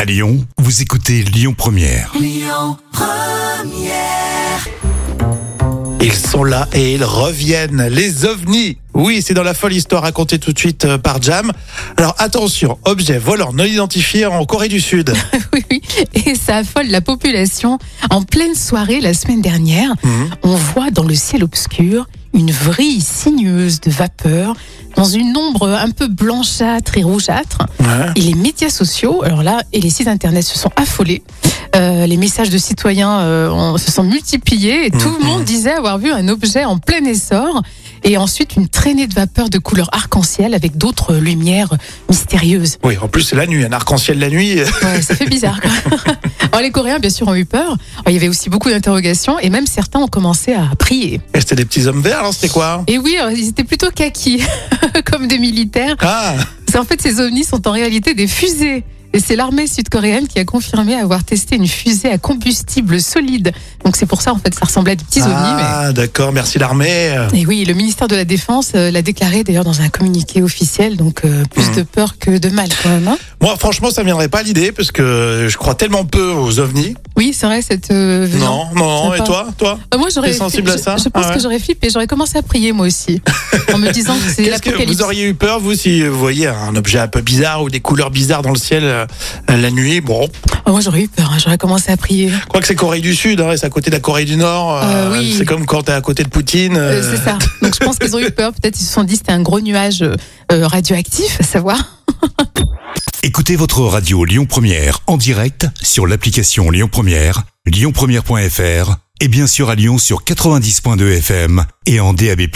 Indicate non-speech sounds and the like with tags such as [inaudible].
À Lyon, vous écoutez Lyon Première. Ils sont là et ils reviennent, les ovnis. Oui, c'est dans la folle histoire racontée tout de suite euh, par Jam. Alors attention, objet volant non identifié en Corée du [laughs] Sud. Oui, oui. Et ça affole la population. En pleine soirée la semaine dernière, Mhm. on voit dans le ciel obscur une vrille sinueuse de vapeur dans une ombre un peu blanchâtre et rougeâtre. Ouais. Et les médias sociaux, alors là, et les sites internet se sont affolés. Euh, les messages de citoyens euh, ont- se sont multipliés et tout le monde disait avoir vu un objet en plein essor et ensuite une traînée de vapeur de couleur arc-en-ciel avec d'autres lumières mystérieuses. Oui, en plus c'est la nuit, un arc-en-ciel la nuit. [laughs] Ouais, ça fait bizarre. Quoi. Alors, les Coréens, bien sûr, ont eu peur. Alors, il y avait aussi beaucoup d'interrogations et même certains ont commencé à prier. Et C'était des petits hommes verts, alors c'était quoi Et oui, alors, ils étaient plutôt kaki, [laughs] comme des militaires. Ah, C'est- En fait, ces ovnis sont en réalité des fusées. Et c'est l'armée sud-coréenne qui a confirmé avoir testé une fusée à combustible solide. Donc c'est pour ça, en fait, ça ressemblait à des petits ovnis. mais- ah d'accord, merci l'armée. Et oui, le ministère de la Défense euh, l'a déclaré d'ailleurs dans un communiqué officiel, donc euh, plus Mhm. de peur que de mal quand même. hein. Moi franchement ça ne viendrait pas à l'idée parce que je crois tellement peu aux ovnis. oui, c'est vrai, cette... euh, Non, non, non. c'est et pas- toi toi Euh, Moi, j'aurais. T'es sensible je- à ça Je, pense Ah ouais. que j'aurais flippé. J'aurais commencé à prier moi aussi, en me disant que c'est [laughs] Qu'est-ce que l'apocalypse. vous auriez eu peur, vous, si vous voyez un objet un peu bizarre ou des couleurs bizarres dans le ciel euh, la nuit Bon, Ah, moi, j'aurais eu peur. hein. J'aurais commencé à prier. je crois que c'est Corée du Sud, hein, et c'est à côté de la Corée du Nord. Euh, oui. C'est comme quand t'es à côté de Poutine. Euh, euh, c'est ça. Donc, je pense qu'ils ont eu peur. Peut-être ils se sont dit que c'était un gros nuage euh, euh, radioactif, à savoir. Écoutez votre radio Lyon Première en direct sur l'application Lyon Première, lyonpremière.fr et bien sûr à Lyon sur 90.2 FM et en DAB+.